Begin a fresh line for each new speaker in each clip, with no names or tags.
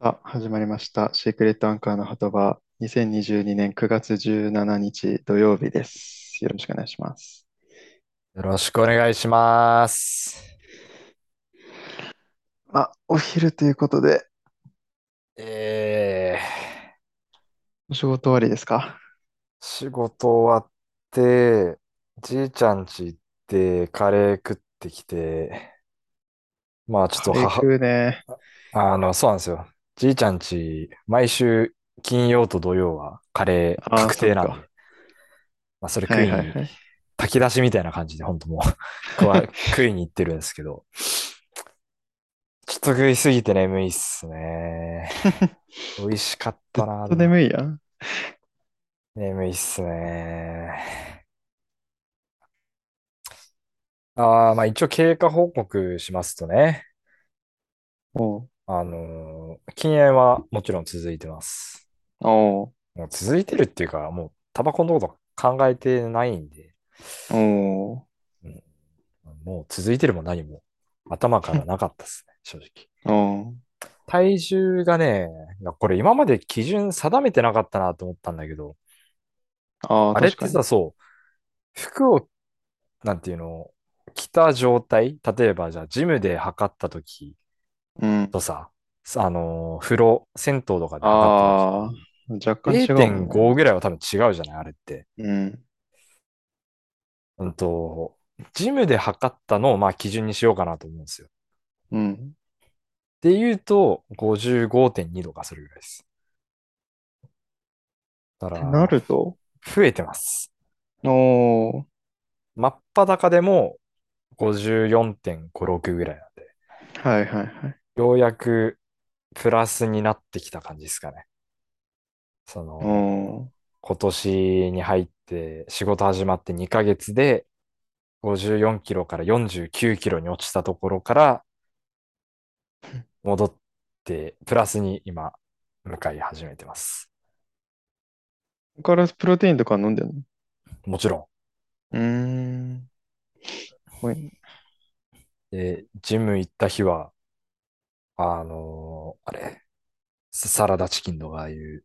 あ、始まりました。シークレットアンカーの鳩場、2022年9月17日土曜日です。よろしくお願いします。
よろしくお願いします。
あ、お昼ということで、
え
お仕事終わりですか
ー、仕事終わって、じいちゃん家行って、カレー食ってきて、まあちょ
カ
っと
レー
母、
食うね。
あの、そうなんですよ。じいちゃん家、毎週金曜と土曜はカレー
ああ、
確
そっ
定なんで、
か。
まあそれ
は
食
い
い
はい
に、
はい。
炊き出しみたいな感じで、ほんともう 食わ、食いに行ってるんですけど、ちょっと食いすぎて眠いっすね。美味しかっ
ず
た
っ
な、
と
でも。
眠いやん。
眠いっすね。ああ、まあ一応経過報告しますとね、
おう、
あのー禁煙はもちろん続いてます。
おう、
もう続いてるっていうか、もうタバコのこと考えてないんで、
おう、
うん、もう続いてるも何も頭からなかったですね、正直。
おう、
体重がね、いやこれ今まで基準定めてなかったなと思ったんだけど、
ああ、
あれっ
確
て
か
さ、
に。
そう、服を、なんていうの、着た状態、例えばじゃあジムで測った時
うん。
とさ、あのー風呂、銭湯とかで測った時
ああ、若干違うもんね。
0.5ぐらいは多分違うじゃない、あれって。
うん。
うんと、ジムで測ったのをまあ基準にしようかなと思うんですよ。
うん。
で言うと、55.2とかそれぐらいです。だか
ってな
ら、
ると、
増えてます。
おう、
真っ裸でも54.56ぐらいなんで、
はいはいはい。
ようやくプラスになってきた感じですかね。その、
おう、
今年に入って仕事始まって2ヶ月で54キロから49キロに落ちたところから戻ってプラスに今向かい始めてます。
ここからプロテインとか飲んでるの
もちろ
うーん。おい。
ん。で、ジム行った日は、あのーあれ、ササラダチキンとかいう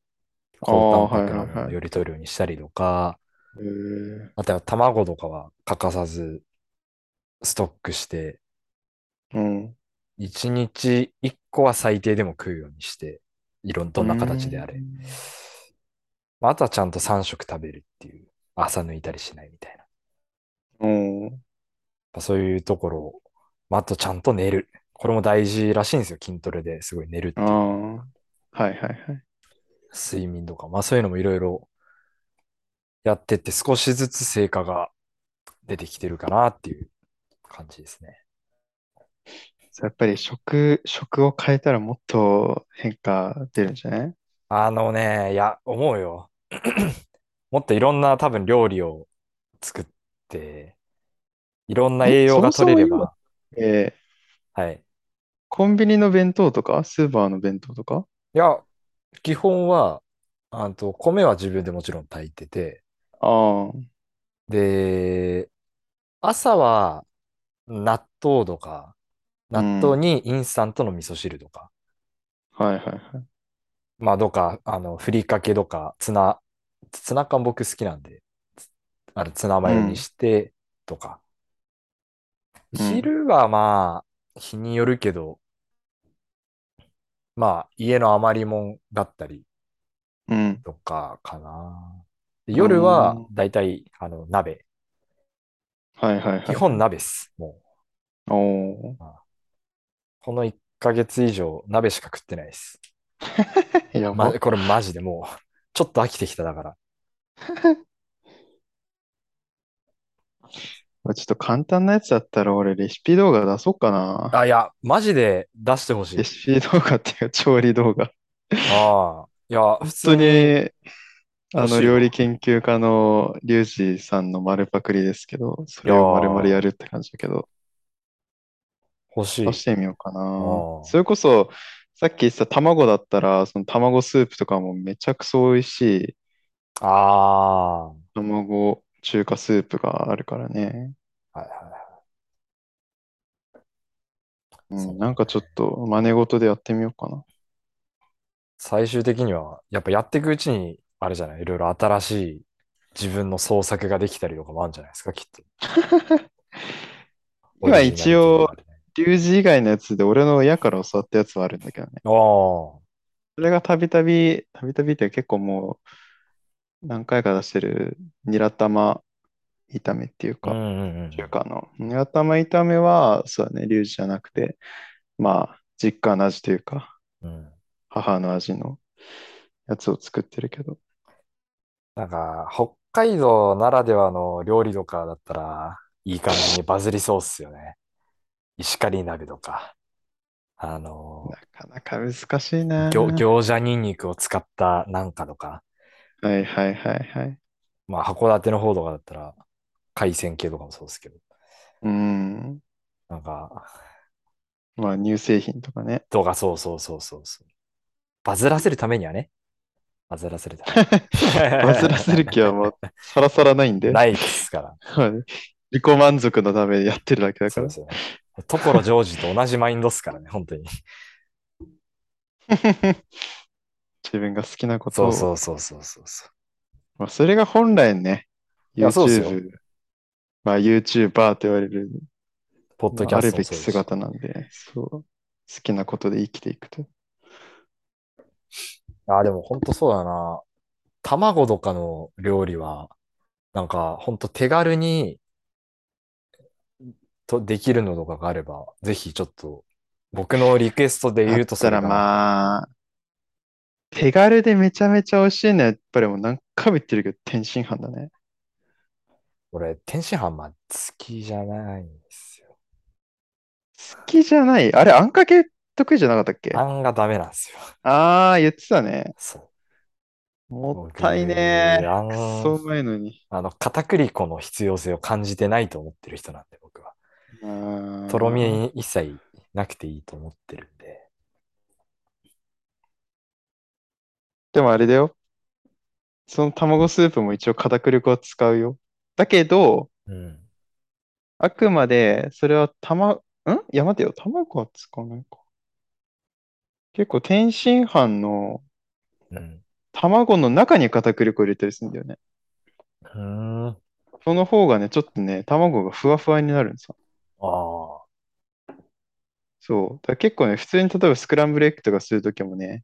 あ
高タ
あ、は
ンパ
い
クな
はい
ものを
は
より取るようにしたりとか、
い。へえ
あとは卵とかは欠かさずストックして、
うん。
1日1個は最低でも食うようにして、いろん、
う
ど
ー
んな形であれ。
ん。
まあ、あとはちゃんと3食食べるっていう、朝抜いたりしないみたいな。や
お
っ
う
ぱそういうところを、まあ、あとちゃんと寝る。これも大事らしいんですよ、筋トレですごい寝るっ
あ
ていう。
あ。はいはいはい。
睡眠とか、まあそういうのもいろいろやってって少しずつ成果が出てきてるかなっていう感じですね。
そうやっぱり食、食を変えたらもっと変化出るんじゃない
あのね、いや、思うよ。 もっといろんな多分料理を作って、いろんな
え、
栄養
そ
が
も
取
そ
れ
も
れ
今っ
ば、
て、
はい。
コンビニの弁当とか、スーパーの弁当とか
いや、基本は、あと、米は自分でもちろん炊いてて、
ああ。
で、朝は納豆とか、
う
納豆
ん。
にインスタントの味噌汁とか、
はいはいはい。
まあ、どか、あの、ふりかけとか、ツナ、ツナ缶僕好きなんで、つあの、ツナ
う
マヨに
ん。
して、とか。
うん。
昼はまあ、日によるけど、まあ、家の余りもんだったり
うん。
とかかな。で
う
夜
ー
は、
ん。
だいたい、あの、鍋。
はいはいは
基
い
本
はい。
鍋っす。も
お
う、まあこの1ヶ月以上、鍋しか食ってないです。
ーや
ま、
ば。
これマジでもう、ちょっと飽きてきただから。
まあちょっと簡単なやつだったら俺レシピ動画出そうかな。
あ、いや、マジで出してほし
レ
い。
シピ動画っていうか調理動画。
ああ、いや、
本
普
当
通に
に、あ
欲
の、
しい
料理
わ。
研究家のリュウジさんの丸パクリですけど、そ
いや
れを丸々や
ー、
るって感じだけど、
欲し
出
い。
してみようか
あ
な。
ー
それこそ、さっき言ってた卵だったら、その卵スープとかもめちゃくそ美味しい
あー、
卵中華スープがあるからね。
はいはい。
う
そ
ん、
う
なん
だ
か
ね。
ちょっと真似事でやってみようかな。
最終的には、やっぱやっていくうちに、あれじゃない、いろいろ新しい自分の創作ができたりとかもあるんじゃないですか、きっ と。
今一応、リュウジ以外のやつで俺の親から教わったやつはあるんだけどね。
ああ、
それがたびたび、たびたびって結構もう何回か出してるニラ玉炒めっていう
うん
か、
うんうん。
中華の。ニラ玉炒めは、そうだね、リュウジじゃなくて、まあ、実家の味というか、
うん
母の味のやつを作ってるけど。
なんか、北海道ならではの料理とかだったら、いい感じにバズりそうっすよね。石狩鍋とか、あの
なかなか難しいな。
ー、ぎょ餃子ニンニクを使ったなんかとか、
はいはいはいはい。
まあ、函館の方とかだったら、海鮮系とかもそうですけど、
うん。
なんか、
まあ、乳製品とかね。
とか、そうそうそうそうそう。バズらせるためにはね。バズらせるた めに。
バズらせる気はもう、さらさらないんで。
ないですから。
はい 自己満足のためにやってるだけだか
そう
ら
で。すよね。所ジョージと同じマインドっすからね、本当に。
自分が好きなこと
そ
を。
うそうそうそうそうそう。
まあ、それが本来ね、
いやそうですよ
YouTube、まあ、YouTuber と言われる、
ポッドキ
まあ
ャ
あ
ス
るべ
トも
き
そうですし
姿なんで、そう、好きなことで生きていくと。
あ、でも本当そうだな。卵とかの料理は、なんか本当手軽にとできるのとかがあれば、ぜひちょっと僕のリクエストで言うと
だったら
それが
まあ、手軽でめちゃめちゃ美味しいのは、やっぱりもう何回も言ってるけど、天津飯だね。
俺、天津飯まあ好きじゃないんですよ。
好きじゃない。あれ、あんかけ得意じゃなかったっけ
あんがダメなんですよ。
ああ、言ってたね。
そ
もったいね
僕あ
ー。
の
くそうまいのに。
う。あの、片栗粉の必要性を感じてないと思ってる人なんで、僕は。とろみ
うん
一切なくていいと思ってるんで。
でもあれだよ。その卵スープも一応片栗粉は使うよ。だけど、
うん。
あくまで、それは卵、んいや、待てよ。卵は使わないか。結構、天津飯の
うん。
卵の中に片栗粉入れたりするんだよね。
うーん。あ
その方がね、ちょっとね、卵がふわふわになるんさ。
あ。
そう。だから結構ね、普通に例えばスクランブルエッグとかするときもね、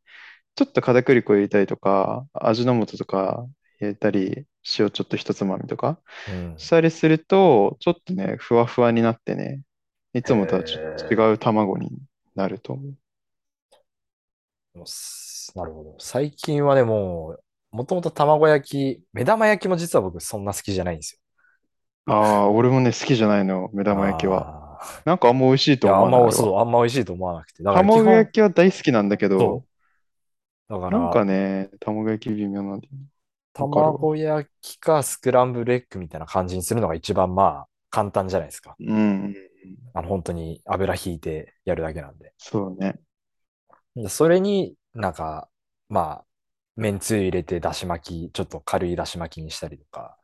ちょっと片栗粉入れたりとか、味の素とか入れたり、塩ちょっとひとつまみとか。
うん
したりすると、ちょっとね、ふわふわになってね、いつもとはちょっと違う卵になると思う。
なるほど。最近はね、もう、もともと卵焼き、目玉焼きも実は僕そんな好きじゃないんですよ。
ああ、俺もね、好きじゃないの、目玉焼きは。
は。
なんかあんま美味しい
い
と
や、
思
あ
わ
ん
ない。俺
ま、
は
そう、あんま美味しいと思わなくて。だから基
卵
本、
焼きは大好きなんだけど
そ、だか
なん
ら、
かね、卵焼き微妙なんだよね。わかるわ
卵焼きかスクランブルエッグみたいな感じにするのが一番まあ、簡単じゃないですか。
うん、
あの、本当に油引いてやるだけなんで。
そうね。
でそれになんか、まあ、めんつゆ入れてだし巻き、ちょっと軽いだし巻きにしたりとか。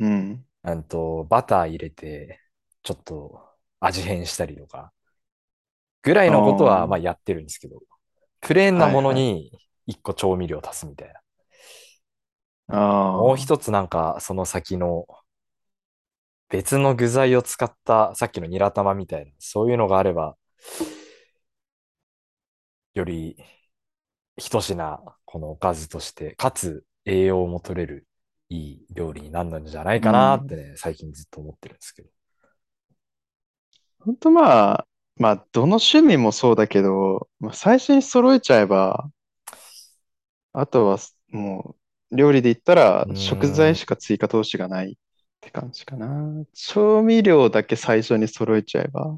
うん。
うんと、バター入れて、ちょっと味変したりとか、ぐらいのこと
あ
は
ー
まあやってるんですけど、プレーンなもの
はいは
に一個調味料足すみたいな。
ああ。
もう一つなんか、その先の別の具材を使った、さっきのニラ玉みたいな、そういうのがあれば、より一品、このおかずとして、かつ栄養も取れるいい料理になるんじゃないかなってね、最近ずっと思ってるんですけど。
本当まあ、まあ、どの趣味もそうだけど、まあ、最初に揃えちゃえば、あとはすもう、料理で言ったら
うーん
食材しか追加投資がないって感じかな。調味料だけ最初に揃えちゃえば、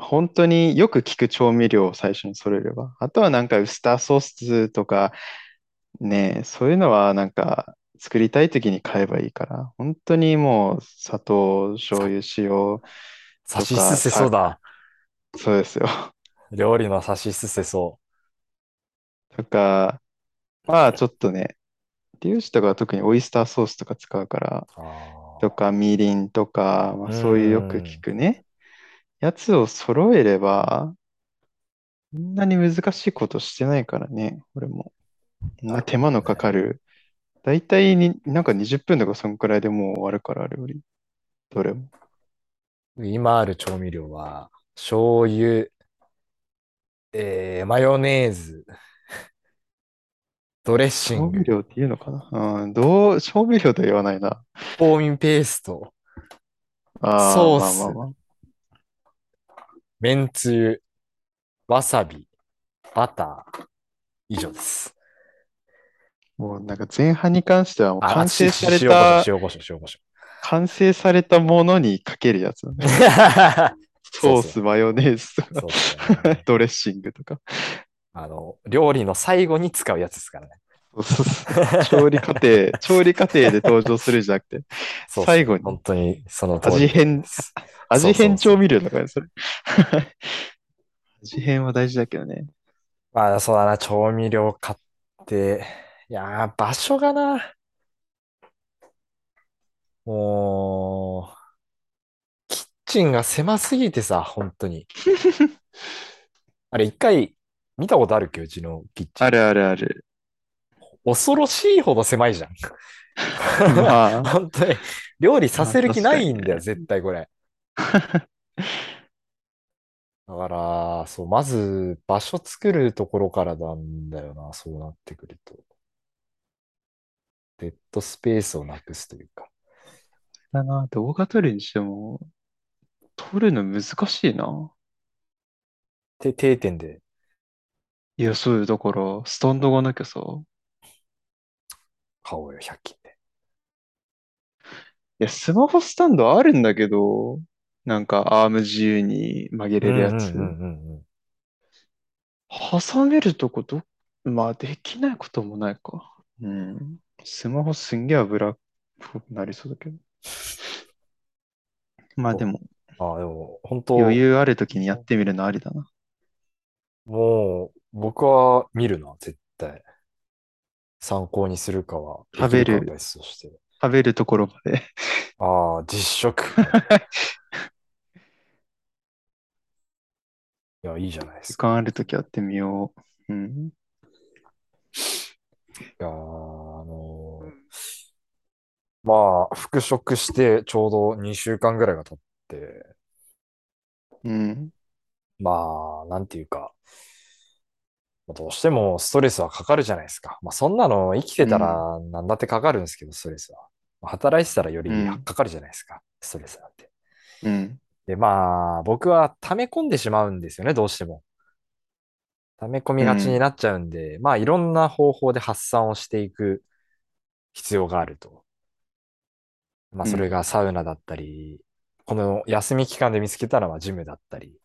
本当によく効く調味料を最初に揃えれば、あとはなんかウスターソースとか、ねえ、そういうのはなんか作りたい時に買えばいいから、本当にもう砂糖、醤油、塩、
さしすせそうだ。
そうですよ。
料理のさしすせそ
とか、まあちょっとね、粒子とかは特にオイスターソースとか使うから、
う。
とかみりんとか、まあ、そういうよく聞くね、やつを揃えれば、そんなに難しいことしてないからね、俺も。そんな手間のかかる。だいたいに、なんか20分とかそんくらいでもう終わるから、料理。どれも。
今ある調味料は、醤油、えー、マヨネーズ、 ドレッシ
調
ング
味、料っていうのかなうん、どう、調味料とは言わないな。
香味ペースト、
ああ、
ソー
まあ
ス
まあまあ。
めんつゆ、わさび、バター、以上です。
もうなんか前半に関してはもう
あ
完成
あ
され
塩
た、
塩胡椒、塩 胡椒、
完成されたものにかけるやつだ ね。
塩胡椒。
ソース、マヨネーズとか、
そうですね
ドレッシングとか。
あの、料理の最後に使うやつですか らね。
そうそうそう調理過程、調理過程で登場するじゃなく て、
そうそう
最後に
本当にその通り
味変
で、す。
味変
そうそうそう
調味料とかね、それ。味変は大事だけどね。
まあ、そうだな、調味料買って。いやー、場所がな。もう、キッチンが狭すぎてさ、本 当に。あれ、一回見たことあるっけ、うちのキッチン
あ。るあるあ る。
恐ろしいほど狭い じゃん。
まあ、
本当に。料理させる気ないんだ
まあ確かに
よ、
ね
絶対こ れ。だから、そう、まず場所作るところからなんだよな、そうなってくると。デッドスペースをなくすというか。
だな、動画撮るにしても、撮るの難しいな。
て、定点で。
いや、そうよ。だから、スタンドがなきゃさ、
買おうよ、100均で。
いや、スマホスタンドあるんだけど、なんかアーム自由に曲げれるやつ
うん。うんうんうん
挟めるとこど、まあできないこともないか。うん。スマホすんげえ油っぽくなりそうだけど。まあでも、
うん。ああ、でも、本当、
余裕あるときにやってみるのありだな。
もう、僕は見るな、絶対。参考にするかは、
食べる
できかは別として。
食べるところま で。
ああ、実 食。いや、いいじゃないです
時
か。
間あるときやってみよう。うん。
いやー、あのーまあ、復職してちょうど2週間ぐらいが経って、
うん。
まあ、なんていうか、まあどうしてもストレスはかかるじゃないですか。まあ、そんなの生きてたら何だってかかるんですけど、ストレスは。まあ働いてたらより
うん
かかるじゃないですか、ストレスなんて。
うん。
で、まあ、僕は溜め込んでしまうんですよね、どうしても。溜め込みがちになっちゃうんで、まあ、いろんな方法で発散をしていく必要があると。まあ、
うん
それがサウナだったり、この休み期間で見つけたのはジムだったり。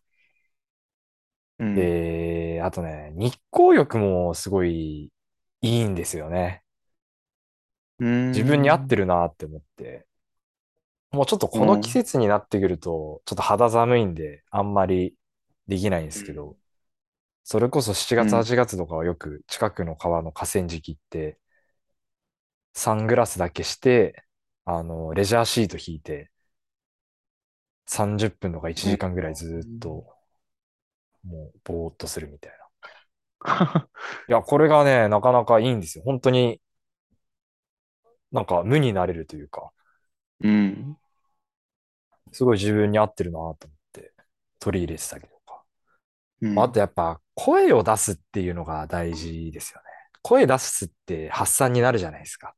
うん。
で、あとね、日光浴もすごいいいんですよね。
うん
自分に合ってるなって思って。もうちょっとこの季節になってくると、ちょっと肌寒いんで、あんまりできないんですけど、それこそ7月、
うん
8月とかはよく近くの川の河川敷行って、サングラスだけして、あの、レジャーシート引いて、30分とか1時間ぐらいずっと、もうぼーっとするみたいな。いや、これがね、なかなかいいんですよ。本当に、なんか無になれるというか、
うん。
すごい自分に合ってるなと思って取り入れてたりとか。
うん。
まああとやっぱ声を出すっていうのが大事ですよね。声出すって発散になるじゃないですか。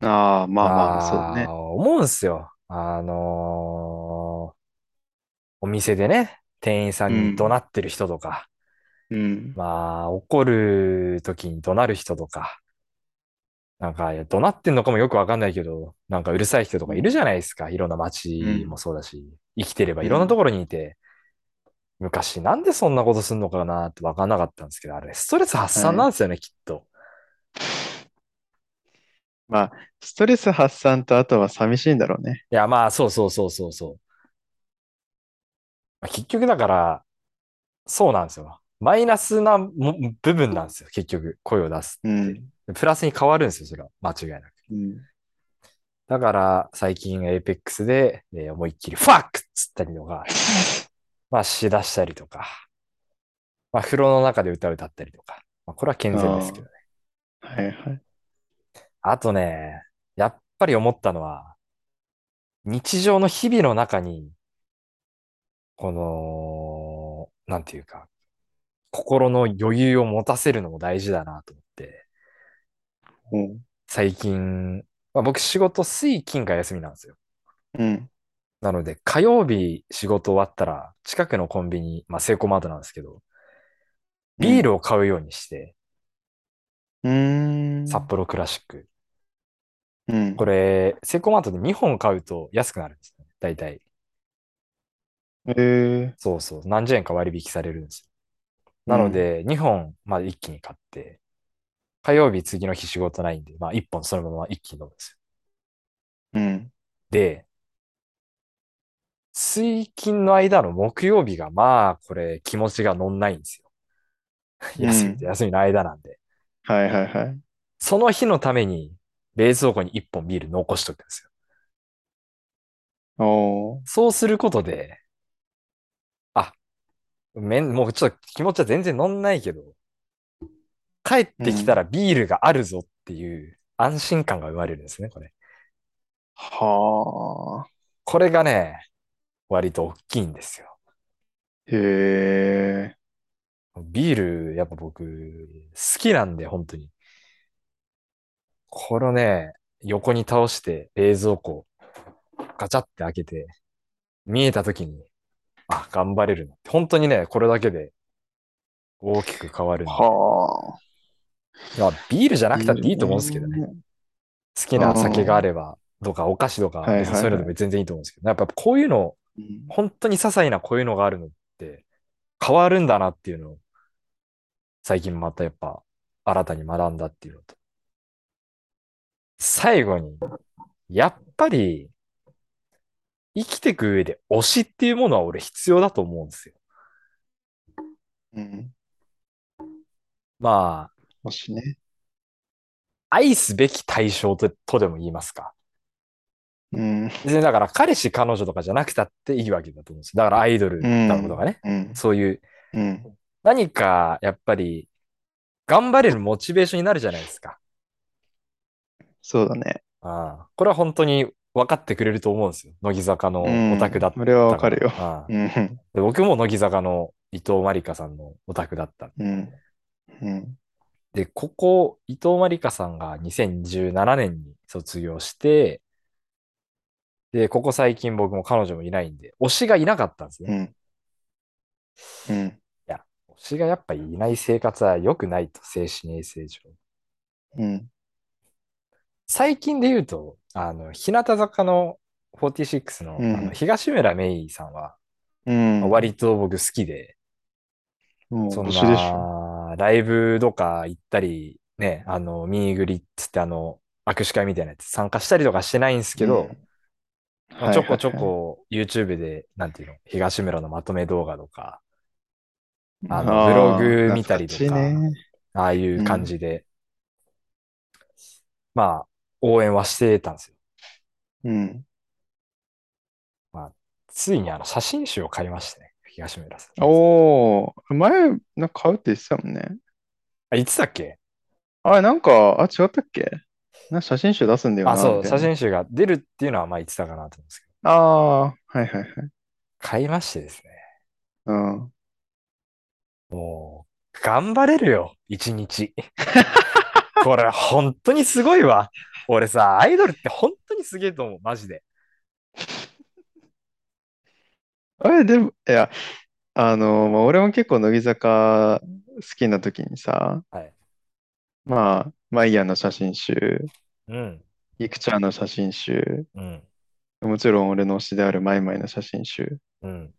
ああ、まあまあ、そうだ
あ
ね。
ー思うんすよ。あのーお店でね、店員さんに怒鳴ってる人とか、
うん。
まあ、怒る時に怒鳴る人とか、なんか、いや怒鳴ってんのかもよくわかんないけど、なんかうるさい人とかいるじゃないですか。いろんな街もそうだし、生きてればいろんなところにいて、昔なんでそんなことすんのかなってわかんなかったんですけど、あれ、ストレス発散なんですよね、きっと。
まあ、ストレス発散とあとは寂しいんだろうね。
いや、まあ、そうそうそうそうそう。まあ結局だから、そうなんですよ。マイナスなも部分なんですよ、結局、声を出す
う
って。
ん。
プラスに変わるんですよ、それは。間違いなく。
うん。
だから、最近 APEX で、えー思いっきりファックっつったりとか、まあ、しだしたりとか、まあ、風呂の中で歌を歌ったりとか。まあ、これは健全ですけどね。
はいはい。
あとね、やっぱり思ったのは、日常の日々の中に、この、なんていうか、心の余裕を持たせるのも大事だなと思って、
うん。
最近、まあ、僕仕事水金が休みなんですよ。
うん。
なので、火曜日仕事終わったら、近くのコンビニ、まあ、セイコーマートなんですけど、ビールを買うようにして、
うーん。
札幌クラシック。
うん。
これ、セイコーマートで2本買うと安くなるんですね。大体。
え
そうそう。何十円か割引されるんですよ。なので、2本、まあ一気に買って、火曜日次の日仕事ないんで、まあ1本そのまま一気に飲むんですよ。
ーうん。
で、水金の間の木曜日が、まあ、これ気持ちが乗んないんですよ。
うん
休みと休みの間なんで。
はいはいはい。
その日のために、冷蔵庫に1本ビール残しとくんですよ。
おー。
そうすることで、あ、めん、もうちょっと気持ちは全然乗んないけど、帰ってきたらビールがあるぞっていう安心感が生まれるんですね、これ。
はあ。
これがね、割と大きいんですよ。
へえ。
ビール、やっぱ僕、好きなんで、本当に。これをね、横に倒して、冷蔵庫、ガチャって開けて、見えた時に、あ、頑張れるなって。本当にね、これだけで、大きく変わるんで。
はあ。
まあ、ビールじゃなくたっていいと思うんですけどね。
ね。
好きな酒があれば、とか、お菓子とか、
はいはいはい
別にそういうのでも全然いいと思うんですけど、やっぱこういうの、
うん
本当に些細なこういうのがあるのって変わるんだなっていうのを最近またやっぱ新たに学んだっていうのと。最後に、やっぱり生きてく上で推しっていうものは俺必要だと思うんですよ。
うん。
まあ、
もしね。
愛すべき対象ととでも言いますか。
うん。
別にだから彼氏彼女とかじゃなくたっていいわけだと思うんですよ。だからアイドルだろうとかね。
うん。
そういう
うん。
何か、やっぱり、頑張れるモチベーションになるじゃないですか。
そうだね。
ああこれは本当に分かってくれると思うんですよ。乃木坂の
うん
オタクだった
それはわかるよ
ああ
うん。
で僕も乃木坂の伊藤まりかさんのオタクだった。
うん。うん。
で、ここ、伊藤まりかさんが2017年に卒業して、で、ここ最近僕も彼女もいないんで、推しがいなかったんです
う
ね。
ん。うん。
推しがやっぱいない生活は良くないと、精神衛生上。
うん。
最近で言うと、あの、日向坂の46の、
うん
あの東村芽依さんは、
うん。
割と僕好きで、
もう
そん
星でしょ。
な、ライブとか行ったり、ね、あの、ミーグリっつってあの、握手会みたいなやつ参加したりとかしてないんですけ
うん
ど、まあちょこちょ
はいはいは
こ YouTube で、なんていうの、東村のまとめ動画とか、
い
あの
あー
ブログ見たりとか
懐しいね
ああいう感じで、まあ、応援はしてたんですよ。
うん。
ついにあの、写真集を買いましてね、東村さん。
おー、前、なんか買うって言ってたもんね。
あ、いつだっけ
あれ、なんか、あ、違ったっけなんか写真集出すんだよ
あ、
な、
そ
み
う、
たい
写
な。
真集が出るっていうのはまあ言ってたかなと思うんですけど、
ああ、はいはいはい。
買いましてですね、
うん。
もう、頑張れるよ、一 日。これ、本当にすごいわ。俺さ、アイドルって本当にすげえと思う、マジで。
あれ、でも、いや、あの、まあ、俺も結構乃木坂好きな時にさ、
はい
まあ、マイヤーの写真集、
うん、
いくちゃんの写真集、
うん、
もちろん俺の推しであるマイマイの写真集
うん、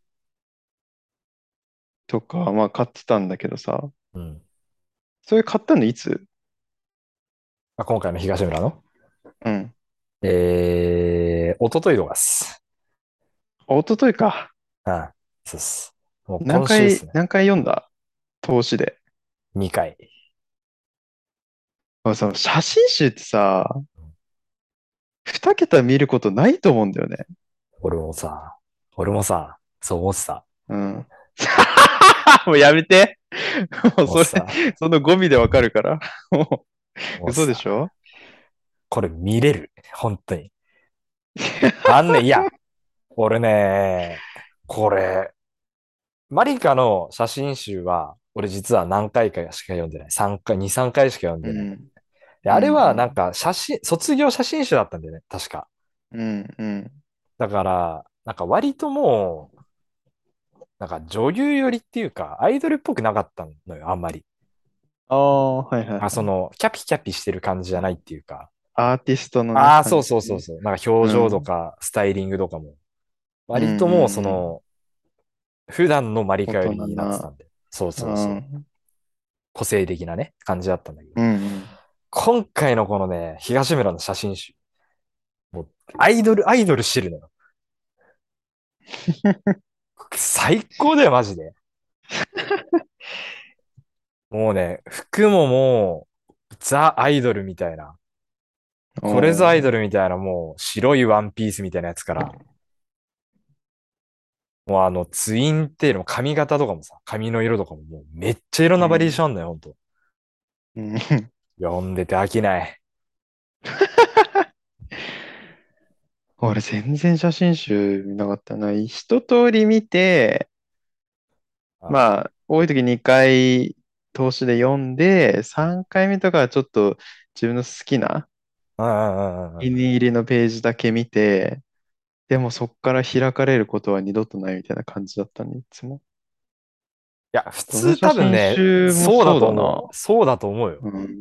とか、まあ買ってたんだけどさ、
うん。
それ買ったのいつ
あ、今回の東村の
うん。
えー、一昨日とかっす。
あ一昨日か。
うん、そうっす。もう
何
今週っ
回、
すね。
何回読んだ投資で。
2回。
まあさ、写真集ってさ、二桁見ることないと思うんだよね。
俺もさ、俺もさ、そう思ってた。
うん。もうやめて。もう
もう
それ、
さ、
その語尾でわかるから。も
も
う、
うさ
嘘でしょ
これ見れる。本当に。あんね、いや、俺ね、これ、マリカの写真集は、俺実は何回かしか読んでない。3回、2、3回しか読ん
う
でない。
ん。
であれ
う
は
ん
なんか写真、卒業写真集だったんだよね、確か。
うん。うん。
だから、なんか割ともう、なんか女優寄りっていうか、アイドルっぽくなかったのよ、あんまり。
ああ、はいはい。
あ、その、キャピキャピしてる感じじゃないっていうか。
アーティストのね
あ
感
あ、
じ
そうそうそうそう。なんか表情とか、スタイリングとかも。割ともう、その、普段のマリカよりになってたんで。そうそうそうう。
ん
個性的なね、感じだったんだけど。
うんうん。
今回のこのね、東村の写真集。もう、アイドル、アイドルしてるのよ。最高だよ、マジ で。もうね、服ももう、ザ・アイドルみたいな。これぞアイドルみたいな、もう白いワンピースみたいなやつから、もうあのツインテールの髪型とかもさ、髪の色とかももうめっちゃいろんなバリエーションあんのよ、ほんと。
うん。
読んでて飽きない。
俺全然写真集見なかったな。一通り見て、
あ
まあ、多い時2回投資で読んで、3回目とかはちょっと自分の好きな
うんうんうんうん
気に入りのページだけ見て、でもそこから開かれることは二度とないみたいな感じだったね、いつも。
いや、普通多分
どの写
ね、
真集も
そうだ
そ
と
うだ
思う。そうだと思うよ。
うん。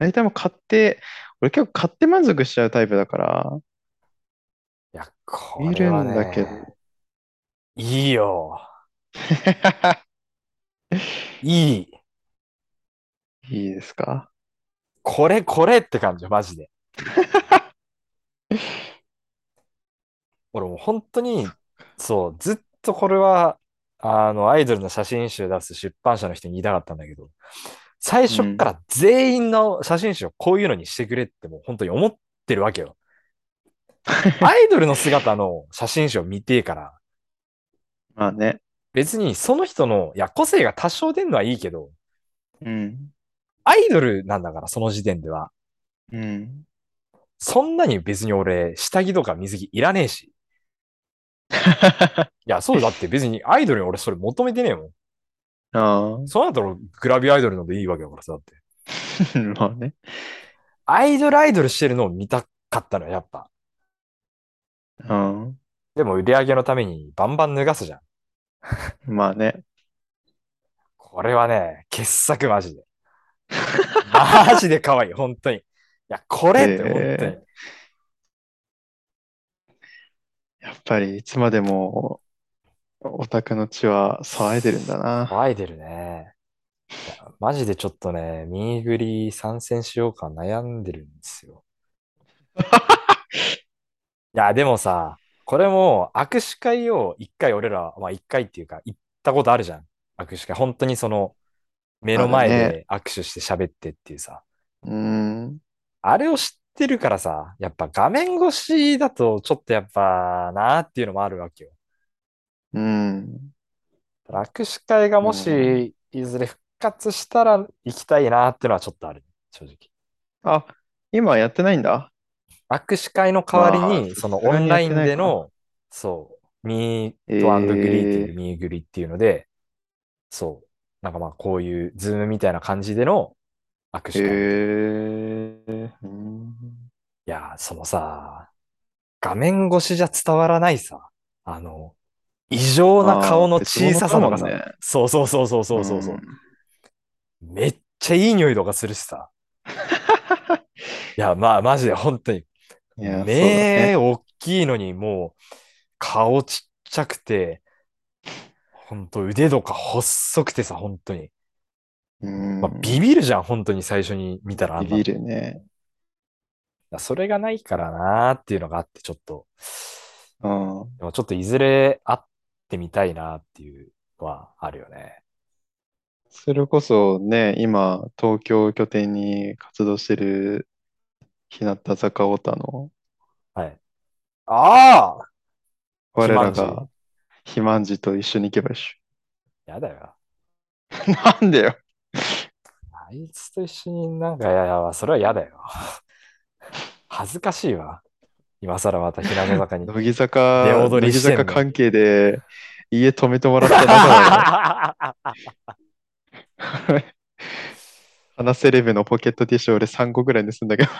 大体もう買って、俺結構買って満足しちゃうタイプだから、
いや、こ
見
れ
る
は
ん
ね、
だけど。
いいよ。いい。
いいですか
これこれって感じよ、マジで。 俺もう本当に、そう、ずっとこれは、あの、アイドルの写真集出す出版社の人に言いたかったんだけど、最初っから全員の写真集をこういうのにしてくれってもう本当に思ってるわけよ。アイドルの姿の写真集を見てえから、
まあね。
別にその人の、いや、個性が多少出るのはいいけど、
うん。
アイドルなんだから、その時点では。
うん。
そんなに別に俺、下着とか水着いらねえし。いや、そうだって別にアイドルに俺それ求めてねえも
あ
ん。そうなったらグラビアアイドルなんでいいわけだからさ、だって。
あ。まあね。
アイドルアイドルしてるのを見たかったのよ、やっぱ。
うん。
でも売り上げのためにバンバン脱がすじゃん。
まあね。
これはね、傑作マジで。マジで可愛い、本当に。いや、これって
へえ
本当に。
やっぱりいつまでもオタクの血は騒いでるんだな。
騒いでるね。いやマジでちょっとね、ミーグリ参戦しようか悩んでるんで すよ。いや、でもさ、これも握手会を一回俺ら、まあ一回っていうか行ったことあるじゃん。握手会。本当にその、目の前
ある
で握手して喋ってっていうさ。
うん。
あれを知ってるからさ、やっぱ画面越しだとちょっとやっぱなーっていうのもあるわけよ。
うん。
握手会がもし、いずれ復活したら行きたいなっていうのはちょっとある、正直。
あ、今やってないんだ。
握手会の代わり
まあ
に、その
さす
オ
が
ン
にやっ
ラ
てない
イ
か
ン
な
での、そう、ミートアンドグリーティング、
えー
ミーグリっていうので、そう、なんかまあこういうズームみたいな感じでの握
へ
手会。い
え。うん
やー、そのさ、画面越しじゃ伝わらないさ、あの、異常な顔の小ささとかさ、
あー別物だもんね
そうそうそうそうそうそうそう、
ん
めっちゃいい匂いとかする しさ。いや、まあマジで本当に、
いや、そうだ
目
ね。
大きいのにもう顔ちっちゃくて、ほんと腕とか細くてさ、本当に。
うん。
まあ、ビビるじゃん、本当に最初に見たらあんな。
ビビるね。
それがないからなーっていうのがあって、ちょっと、
うん。
でもちょっといずれ会ってみたいなっていうのはあるよね。
それこそね、今、東京を拠点に活動してる日向坂オタの
はい。ああ
我ら
肥満
が、肥満児と一緒に行けば一緒。
やだよ。
なんでよ。
あいつと一緒になんか、いやいや、それは嫌だよ。 恥ずかしいわ。今更また平野坂に。
乃木坂、
出踊
乃
り
木
してんの
坂関係で家止めてもらった 中で、話せレベのポケットティッシュ俺3個ぐらい盗んだけど、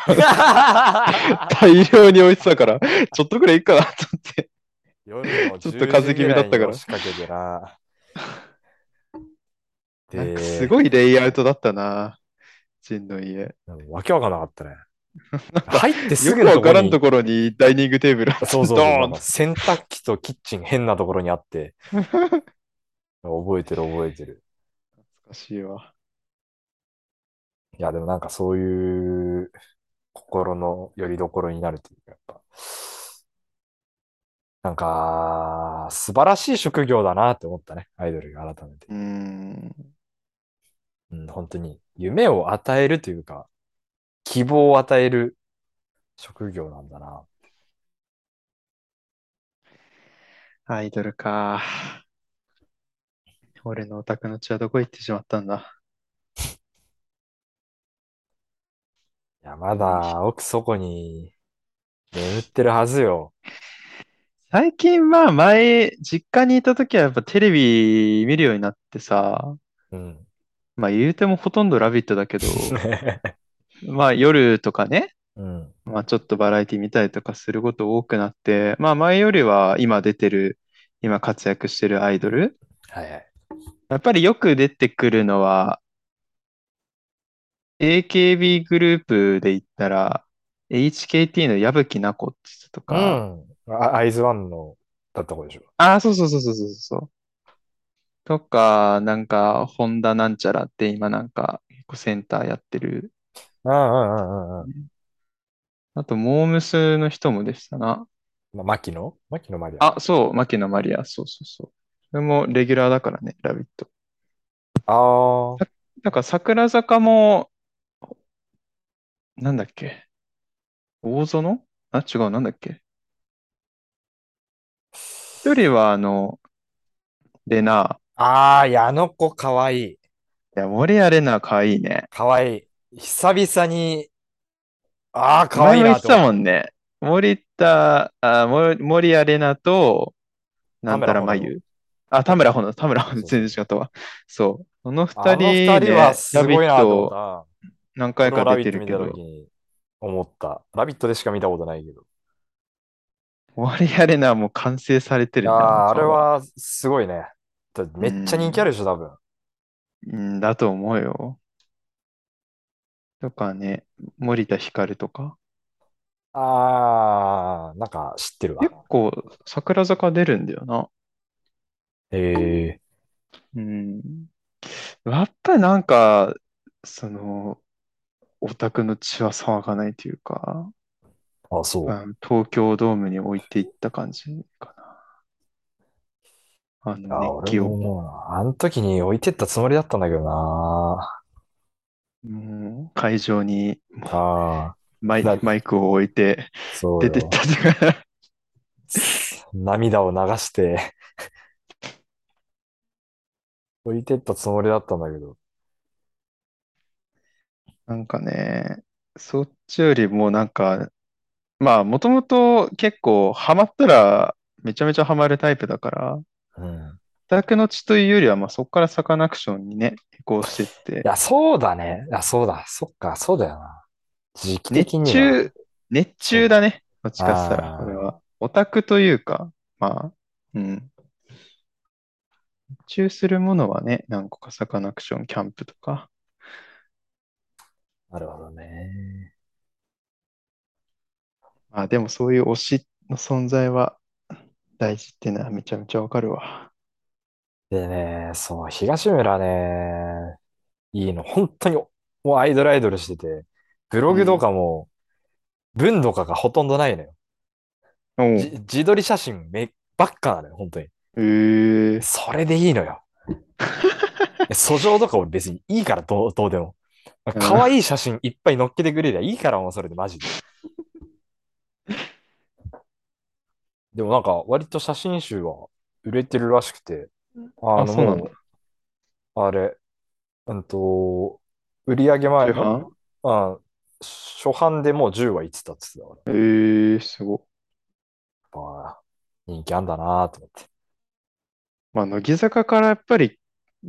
大量に置いてたから、ちょっとぐらいいいかなと思って。
夜の
ちょっと風邪気味だったから
10時ぐいに押しかけてな。
なんか
です
ごいレイアウトだったな、ジンの家。
なんかわけわかんなかっ たね。入ってす
よ
ぐ
く
の
わ
とこ
から
ろに
んところにダイニングテーブルあって
そうそうそう
ド
な
ー
ん
ン
か
っ
洗濯機とキッチン変なところに あって、覚えてる覚えてる。
おかしいわ。
いや、でもなんかそういう心の拠り所になるというか、やっぱ、なんか、素晴らしい職業だなって思ったね、アイドルが改めて。
うーん。
うん、本当に、夢を与えるというか、希望を与える職業なんだな。
アイドルか。俺のオタクの血はどこ行ってしまったんだ。
いや、まだ奥底に眠ってるはずよ。
最近は前、実家にいた時はやっぱテレビ見るようになってさ、
うん。
まあ言うてもほとんど「ラビット!」だけど、まあ夜とかね、
うん。
まあちょっとバラエティ見たりとかすること多くなって、まあ前よりは今出てる、今活躍してるアイドル、
はいはい。
やっぱりよく出てくるのは、AKB グループで言ったら、HKT の矢吹奈子って人と
う
か、
ん。あアイズワンのだったことでしょ。
ああ、そうそうそうそうそうそう。とか、なんか、本田なんちゃらって今なんか、結構センターやってる。
うんうんうんうんうん。
あと、モームスの人もでしたな。
ま、牧野牧野まで。
あ、そう、牧野まりあ、そうそうそう。それもレギュラーだからね、ラビット。
あー。
なんか、桜坂も、なんだっけ大園あ、違う、なんだっけ一人は、あの、レナ
あー、矢野子かわいい。
ー。いや、森谷レナーかわいいね。
かわいい。久々に、あー、かわ
前
いい
も言
な
っ
ってて
た
思
も
っ
んね。森田、あ、森森谷レナと、なんたらまゆ。あ、田村ほの、田村ほの、
そう
全然違ったわ。そう。この二
た。あの
人
二人
ね、
はす
ラビ
ごい
ッ
なと
ト
思った。
何回
こ
か
のラ
出
ビ
て
ット
る
見
け
た
ど
と、きに思った。ラビットでしか見たことないけど。
森谷レナもう完成されてるね。
ああ、
な
あ
ん
れ
か
はすごいね。だってめっちゃ人気あるでしょ、多分。
うん、だと思うよ。とかね、森田ひかるとか。
ああ、なんか知ってるわ
結。構、桜坂出るんだよな。
ええ
うん。やっぱりなんか、その、オタクの血は騒がないというか、
あ、そうう。
ん東京ドームに置いていった感じかな。あの
あ
熱
俺
気
も
を。
もう、あの時に置いてったつもりだったんだけどな。
うん会場に
ああ、
マイ、
だ
マイクを置いて
そう
出てっ
よ。
たというか。
涙を流して、置いてったつもりだったんだけど。
なんかね、そっちよりもなんか、まあもともと結構ハマったらめちゃめちゃハマるタイプだから、
うん。
オタクの血というよりは、まあ、そこからサカナクションにね、移行してって
い、や、そうだね。いや、そうだ。そっか、そうだよな。時期的
熱
には。
中、熱中だね。どっちかって言ったら、
あー
これは。オタクというか、まあ、うん。熱中するものはね、何個かサカナクション、キャンプとか。
なるほどね。
まあでもそういう推しの存在は大事っていうのはめちゃめちゃわかるわ。
でね、そう、東村ね、いいの。本当に、もうアイドルアイドルしてて、ブログとかも、文とかがほとんどないのよ。
おう
じ自撮り写真めばっかなのよ、本当に。
えー、
それでいいの よ。訴状とか俺別にいいから、どうどうでも。
ん
可愛い写真いっぱい載っけてくれりゃいいから、もうそれでマジで。でもなんか、割と写真集は売れてるらしくて、あ
あそうなんだ
もうあれ、うんと、売り上げ前
重
の、
版
うん、初版でもう10はいつだっつってたか
え
ら、
ー、すごい。
やっぱ人気あんだなと思って。
まあ、乃木坂からやっぱり、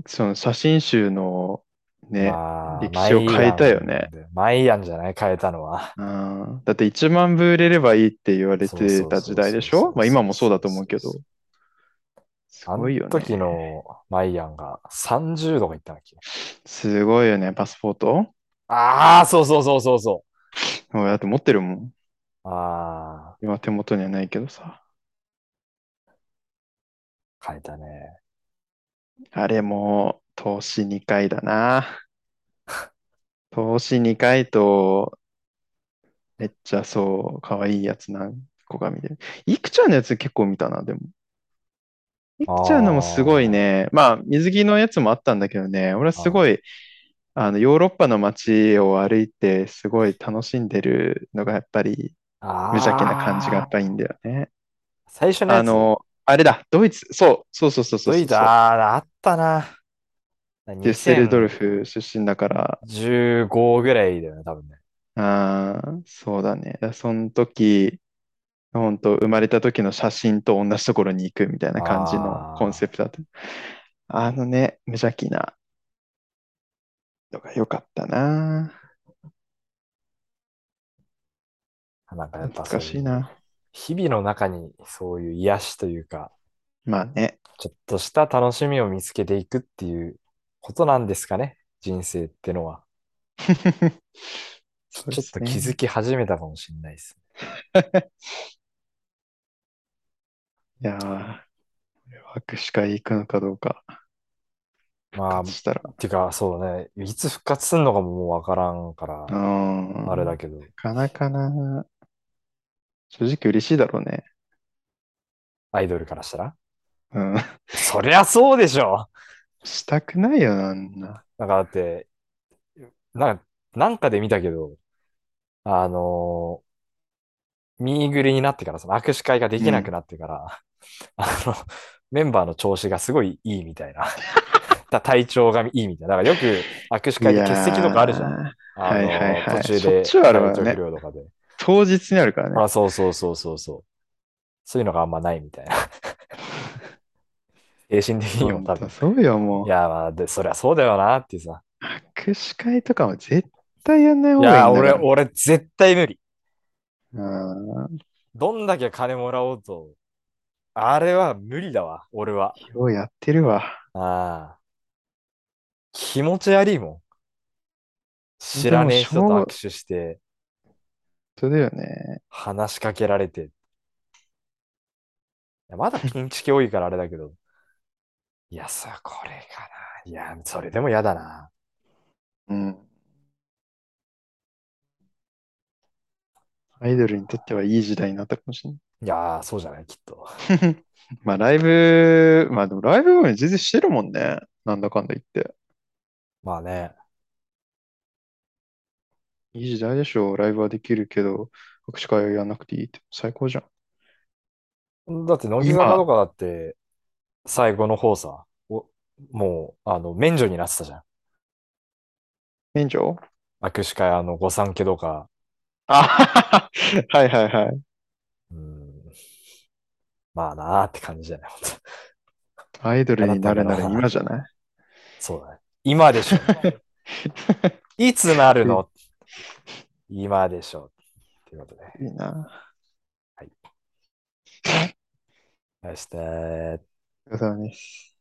その写真集のね、
まあ、
歴史を変えたよね
マイアンで。マイアンじゃない、変えたのは。
うんだって1万部売れればいいって言われ
そうそう
て
そうそう
た時代でしょまあ今もそうだと思うけど。す
あ
ごいよ
の
ね。
時のマイアンが30とかいったんだっけ
すごいよね、パスポート。
ああ、そうそうそうそうそ
俺だって持ってるもん。
う。あ
今手元にはないけどさ。
あ、変えたね。
あれも投資2回だな。 投資2回と、めっちゃそう、可愛いやつ何個か見てる。いくちゃんのやつ結構見たな、でも。いくちゃんのもすごいね。まあ、水着のやつもあったんだけどね、俺はすごい、あの、ヨーロッパの街を歩いて、すごい楽しんでるのがやっぱり、
ああ。
無邪気な感じがやっぱいいんだよね。
最初のや
あ
つ、
の、あれだ、ドイツ、そう、そうそうそうそう
ド
そう
イツ、ああ、あったな。
デュッセルドルフ出身だから、
15ぐらいだよね、多分ね。
ああ、そうだね。だからその時、本当生まれた時の写真と同じところに行くみたいな感じの
あー
コンセプトだった。あのね、無邪気なのが良かったな。
なんかやっぱ
懐
そ
か
う
し
い
いうな。
日々の中にそういう癒しというか、
まあね、
ちょっとした楽しみを見つけていくっていうことなんですかね、人生ってのは。
そう
ち
で
ょっと
すね。
気づき始めたかもしれないです。
いやー、握手会行くのかどうか、
まあ、
そしたら、
てか、そうだね、いつ復活するのかももうわからんから、
うん、
あれだけど。
なかなかな。正直嬉しいだろうね。
アイドルからしたら。
うん。
そりゃそうでしょ
したくないよな、あんな。
なんかだって、なんか、なんかで見たけど、あのー、ミーグリになってから、その握手会ができなくなってから、あの、メンバーの調子がすごいいいみたいな。 た体調がいいみたいな。だからよく握手会で欠席とかあるじゃん。
ん。
あのー
はいはいはい
途中
そ
で
っちはあるわね
体調不良とかで。
当日にあるからね。
あ、そうそうそうそうそう。そういうのがあんまないみたい な。精神的にも
本当
多分。
そうよ、もう
い。や、まあ、で、そりゃそうだよなってさ。
握手会とかも絶対やんない方
い
がいいんだ
や、
か
俺、
ら。
俺、絶対無理。
うん
どんだけ金もらおうと、あれは無理だわ、俺は。
ようやってるわ。
ああ。気持ち悪いもん。知らねえ人
で
と
もしょう
握手して、
そうだよね。
話しかけられて。いやまだピンチ系多いからあれだけど。いや、さ、これかな。いや、それでも嫌だな。
うん。アイドルにとってはいい時代になったかもしれ
いやー、そうじゃない、きっと。
ない。 まあ、ライブ、まあでもライブも全然してるもんね。なんだかんだ言って。
まあね。
いい時代でしょ。ライブはできるけど、握手会はやんなくていいって最高じゃん。
だって、乃木坂とかだって、最後の方さ、おもう、あの、免除になってたじゃん。
免除
握手会、あの、御三家とか、
あ はいはいはい。
うん、まあなーって感じじゃない、本当
アイドルになるなら今じゃない
そうだね。今でしょ。いつなるの今でしょ。ということで、
いいな。
明日。
お疲れ様です。